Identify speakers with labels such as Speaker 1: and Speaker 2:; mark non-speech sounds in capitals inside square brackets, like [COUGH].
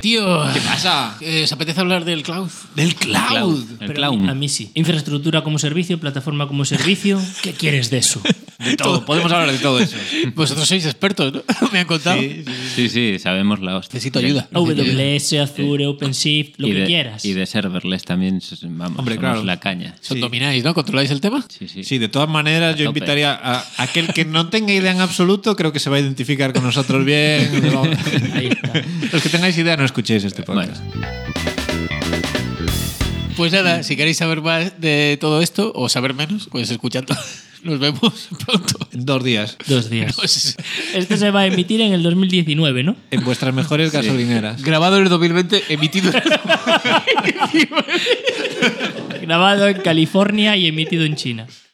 Speaker 1: tío.
Speaker 2: ¿Qué pasa?
Speaker 1: Eh, ¿Os apetece hablar del cloud?
Speaker 2: Del cloud.
Speaker 3: El
Speaker 4: Pero
Speaker 3: clown.
Speaker 4: A mí sí. Infraestructura como servicio, plataforma como servicio. [LAUGHS] ¿Qué quieres de eso?
Speaker 2: De todo. Podemos hablar de todo eso.
Speaker 1: [LAUGHS] Vosotros sois expertos, ¿no? [LAUGHS] Me han contado.
Speaker 3: Sí, sí, sabemos la hostia.
Speaker 2: Necesito ayuda.
Speaker 4: AWS, Azure, OpenShift, lo
Speaker 3: y
Speaker 4: que
Speaker 3: de,
Speaker 4: quieras.
Speaker 3: Y de serverless también, s- vamos,
Speaker 2: Hombre,
Speaker 3: somos
Speaker 2: claro.
Speaker 3: la caña.
Speaker 1: Son
Speaker 2: Sí.
Speaker 1: domináis, ¿no? ¿Controláis el
Speaker 2: [LAUGHS]
Speaker 1: tema?
Speaker 3: Sí, sí.
Speaker 2: Sí, de todas maneras, yo
Speaker 3: tope.
Speaker 2: invitaría a aquel que no tenga idea en absoluto, creo que se va a identificar con nosotros bien.
Speaker 1: [LAUGHS]
Speaker 4: Ahí está.
Speaker 2: Los que tengáis idea, no escuchéis este podcast.
Speaker 1: Pues nada, si queréis saber más de todo esto o saber menos, pues escuchando. [LAUGHS] Nos vemos pronto.
Speaker 2: En dos días.
Speaker 4: Dos [LAUGHS] días.
Speaker 1: Nos-
Speaker 4: Esto se va a emitir en el 2019, ¿no?
Speaker 2: En vuestras mejores gasolineras.
Speaker 1: Grabado en el 2020, emitido en el
Speaker 4: Grabado en California y emitido en China.